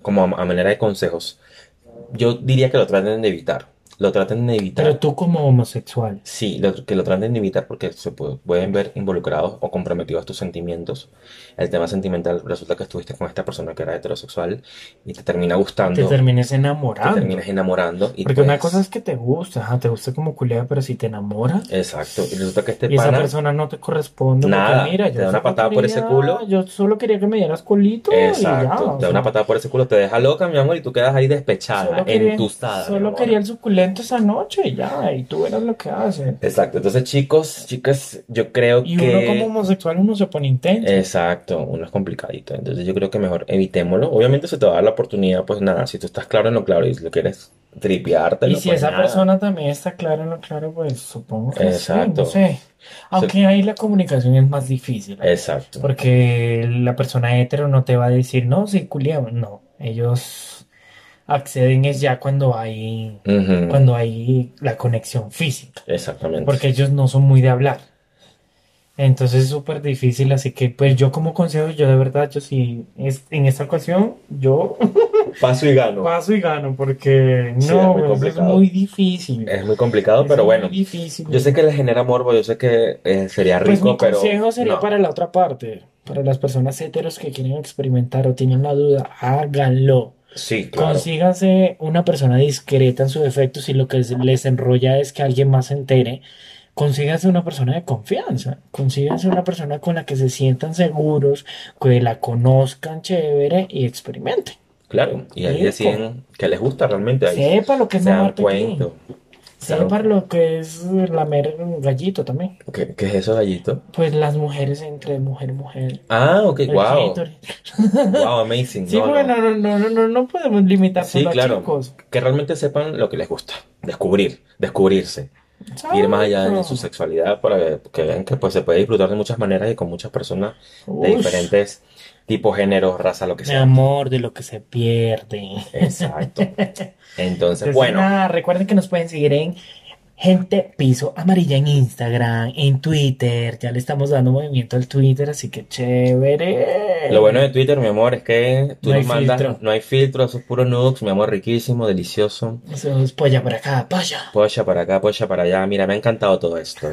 [SPEAKER 1] como a, a manera de consejos, yo diría que lo traten de evitar, lo traten de
[SPEAKER 2] Pero
[SPEAKER 1] evitar,
[SPEAKER 2] tú como homosexual,
[SPEAKER 1] sí, lo- que lo traten de evitar porque se pu- pueden ver involucrados o comprometidos tus sentimientos. El tema sentimental resulta que estuviste con esta persona que era heterosexual y te termina
[SPEAKER 2] te
[SPEAKER 1] gustando.
[SPEAKER 2] termines
[SPEAKER 1] te terminas
[SPEAKER 2] enamorando.
[SPEAKER 1] enamorando y
[SPEAKER 2] Porque una cosa es
[SPEAKER 1] pues,
[SPEAKER 2] que te gusta, ajá, te gusta como culea, pero si te enamoras.
[SPEAKER 1] exacto, y resulta que este
[SPEAKER 2] Y esa
[SPEAKER 1] pana,
[SPEAKER 2] persona no te corresponde porque
[SPEAKER 1] nada,
[SPEAKER 2] mira,
[SPEAKER 1] te
[SPEAKER 2] yo
[SPEAKER 1] da una
[SPEAKER 2] solo
[SPEAKER 1] patada por ese
[SPEAKER 2] quería,
[SPEAKER 1] culo,
[SPEAKER 2] yo solo quería que me dieras colito y ya,
[SPEAKER 1] exacto,
[SPEAKER 2] o
[SPEAKER 1] te da una
[SPEAKER 2] sea,
[SPEAKER 1] patada por ese culo, te deja loca, mi amor, y tú quedas ahí despechada,
[SPEAKER 2] solo quería,
[SPEAKER 1] entusada, mi
[SPEAKER 2] solo quería
[SPEAKER 1] amor.
[SPEAKER 2] el suculento esa noche y ya, y tú eras lo que haces.
[SPEAKER 1] Exacto, entonces chicos, chicas, yo creo
[SPEAKER 2] Y uno como
[SPEAKER 1] que, Eh,
[SPEAKER 2] homosexual uno se pone intenso.
[SPEAKER 1] exacto, uno es complicadito, entonces yo creo que mejor evitémoslo, obviamente se te va a dar la oportunidad, pues nada, si tú estás claro en lo claro y lo quieres
[SPEAKER 2] Y
[SPEAKER 1] tripeártelo,
[SPEAKER 2] si
[SPEAKER 1] pues
[SPEAKER 2] esa
[SPEAKER 1] nada,
[SPEAKER 2] persona también está clara en lo claro, pues supongo que sí, no
[SPEAKER 1] exacto,
[SPEAKER 2] sé.
[SPEAKER 1] Se- Eh.
[SPEAKER 2] Aunque ahí la comunicación es más difícil, ahí.
[SPEAKER 1] exacto,
[SPEAKER 2] Porque la persona hetero no te va a decir, no, sí, culiamos. No, ellos acceden es ya cuando hay,
[SPEAKER 1] Ujú,
[SPEAKER 2] cuando hay la conexión física.
[SPEAKER 1] exactamente.
[SPEAKER 2] Porque ellos no son muy de hablar. Entonces es súper difícil, así que pues yo como consejo, yo de verdad, yo sí, es, en esta ocasión, yo
[SPEAKER 1] Paso y gano.
[SPEAKER 2] paso y gano, porque
[SPEAKER 1] Sí, es muy
[SPEAKER 2] no, pues, es
[SPEAKER 1] complicado.
[SPEAKER 2] muy difícil.
[SPEAKER 1] Es muy complicado,
[SPEAKER 2] Es
[SPEAKER 1] pero
[SPEAKER 2] muy
[SPEAKER 1] bueno, yo sé
[SPEAKER 2] difícil.
[SPEAKER 1] que le genera morbo, yo sé que eh, sería
[SPEAKER 2] Pues mi
[SPEAKER 1] rico, pero
[SPEAKER 2] consejo sería
[SPEAKER 1] no.
[SPEAKER 2] para la otra parte, para las personas heteros que quieren experimentar o tienen la duda, háganlo.
[SPEAKER 1] Sí, claro.
[SPEAKER 2] Consíganse una persona discreta en su defecto si lo que les les enrolla es que alguien más se entere. Consíganse una persona de confianza, consíganse una persona con la que se sientan seguros, que la conozcan chévere y experimenten.
[SPEAKER 1] Claro. Y ahí
[SPEAKER 2] Rico.
[SPEAKER 1] deciden que les gusta realmente, ahí
[SPEAKER 2] Sepa lo que es
[SPEAKER 1] se dan
[SPEAKER 2] mamar pipí,
[SPEAKER 1] cuenta. Se dan
[SPEAKER 2] sepa
[SPEAKER 1] cu-
[SPEAKER 2] lo que es lamer gallito también.
[SPEAKER 1] ¿Qué, qué es eso, gallito?
[SPEAKER 2] Pues las mujeres entre mujer, mujer.
[SPEAKER 1] Ah, ok,
[SPEAKER 2] El
[SPEAKER 1] wow.
[SPEAKER 2] clítoris.
[SPEAKER 1] Wow, amazing.
[SPEAKER 2] Sí,
[SPEAKER 1] No, no.
[SPEAKER 2] bueno, no, no, no, no, no podemos limitar
[SPEAKER 1] Sí,
[SPEAKER 2] solo a
[SPEAKER 1] claro.
[SPEAKER 2] chicos.
[SPEAKER 1] Que realmente sepan lo que les gusta. Descubrir, descubrirse. ir más allá de su sexualidad para que, que vean que pues, se puede disfrutar de muchas maneras y con muchas personas de
[SPEAKER 2] Ush.
[SPEAKER 1] diferentes tipos, géneros, raza, lo que
[SPEAKER 2] Mi
[SPEAKER 1] sea.
[SPEAKER 2] amor, de lo que se pierde.
[SPEAKER 1] Exacto. Entonces,
[SPEAKER 2] Entonces,
[SPEAKER 1] bueno,
[SPEAKER 2] nada, recuerden que nos pueden seguir en Gente Piso Amarilla en Instagram, en Twitter. Ya le estamos dando movimiento al Twitter, así que chévere.
[SPEAKER 1] lo bueno de Twitter, mi amor, es que tú
[SPEAKER 2] eh, No hay
[SPEAKER 1] nos mandas,
[SPEAKER 2] filtro.
[SPEAKER 1] no hay filtro, eso es puro nukes, mi amor, riquísimo, delicioso.
[SPEAKER 2] Eso es polla por acá, polla.
[SPEAKER 1] Polla para acá, polla para allá. Mira, me ha encantado todo esto.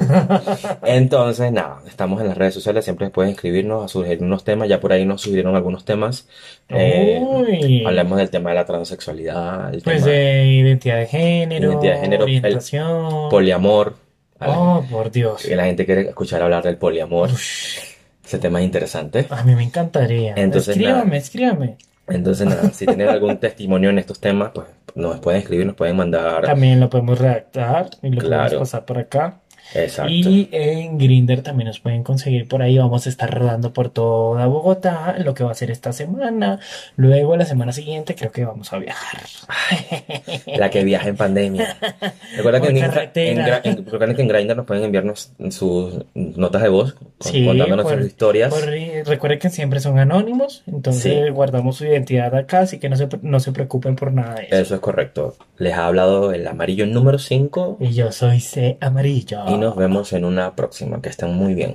[SPEAKER 1] Entonces, nada, estamos en las redes sociales. Siempre pueden escribirnos, a sugerir unos temas. Ya por ahí nos sugirieron algunos temas. Eh,
[SPEAKER 2] Uy.
[SPEAKER 1] hablamos del tema de la transexualidad, el
[SPEAKER 2] Oh. Pues
[SPEAKER 1] tema
[SPEAKER 2] de identidad de género,
[SPEAKER 1] Identidad de género, el
[SPEAKER 2] orientación.
[SPEAKER 1] poliamor. A la-
[SPEAKER 2] Oh, por Dios.
[SPEAKER 1] que la gente quiere escuchar hablar del poliamor.
[SPEAKER 2] Ush,
[SPEAKER 1] Ese tema es interesante.
[SPEAKER 2] a mí me encantaría.
[SPEAKER 1] Entonces,
[SPEAKER 2] escríbame,
[SPEAKER 1] nada.
[SPEAKER 2] escríbame.
[SPEAKER 1] Entonces, nada, si tienen algún testimonio en estos temas, pues nos pueden escribir, nos pueden mandar.
[SPEAKER 2] También lo podemos redactar y lo
[SPEAKER 1] Claro.
[SPEAKER 2] podemos pasar por acá.
[SPEAKER 1] Exacto.
[SPEAKER 2] Y en Grinder también nos pueden conseguir por ahí. Vamos a estar rodando por toda Bogotá, lo que va a ser esta semana. Luego, la semana siguiente, creo que vamos a viajar.
[SPEAKER 1] La que viaja en pandemia. Recuerda que
[SPEAKER 2] Por
[SPEAKER 1] en, Insta- en,
[SPEAKER 2] carretera.
[SPEAKER 1] Gra- en- recuerda que en Grindr nos pueden enviarnos sus notas de voz con-
[SPEAKER 2] Sí,
[SPEAKER 1] contándonos
[SPEAKER 2] por-
[SPEAKER 1] sus historias.
[SPEAKER 2] Por- eh, recuerden que siempre son anónimos, entonces
[SPEAKER 1] Sí.
[SPEAKER 2] guardamos su identidad acá, así que no se, pre- no se preocupen por nada de eso.
[SPEAKER 1] Eso es correcto. Les ha hablado el amarillo número 5
[SPEAKER 2] Y yo soy C Amarillo.
[SPEAKER 1] y nos vemos en una próxima. Que estén muy bien.